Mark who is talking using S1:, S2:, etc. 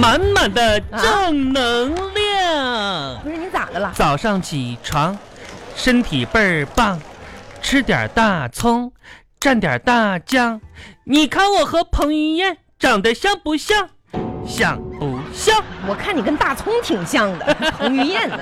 S1: 满满的正能量。
S2: 不是你咋的了？
S1: 早上起床，身体倍儿棒，吃点大葱，蘸点大酱。你看我和彭于晏长得像不像？像不像？
S2: 我看你跟大葱挺像的，彭于晏呢？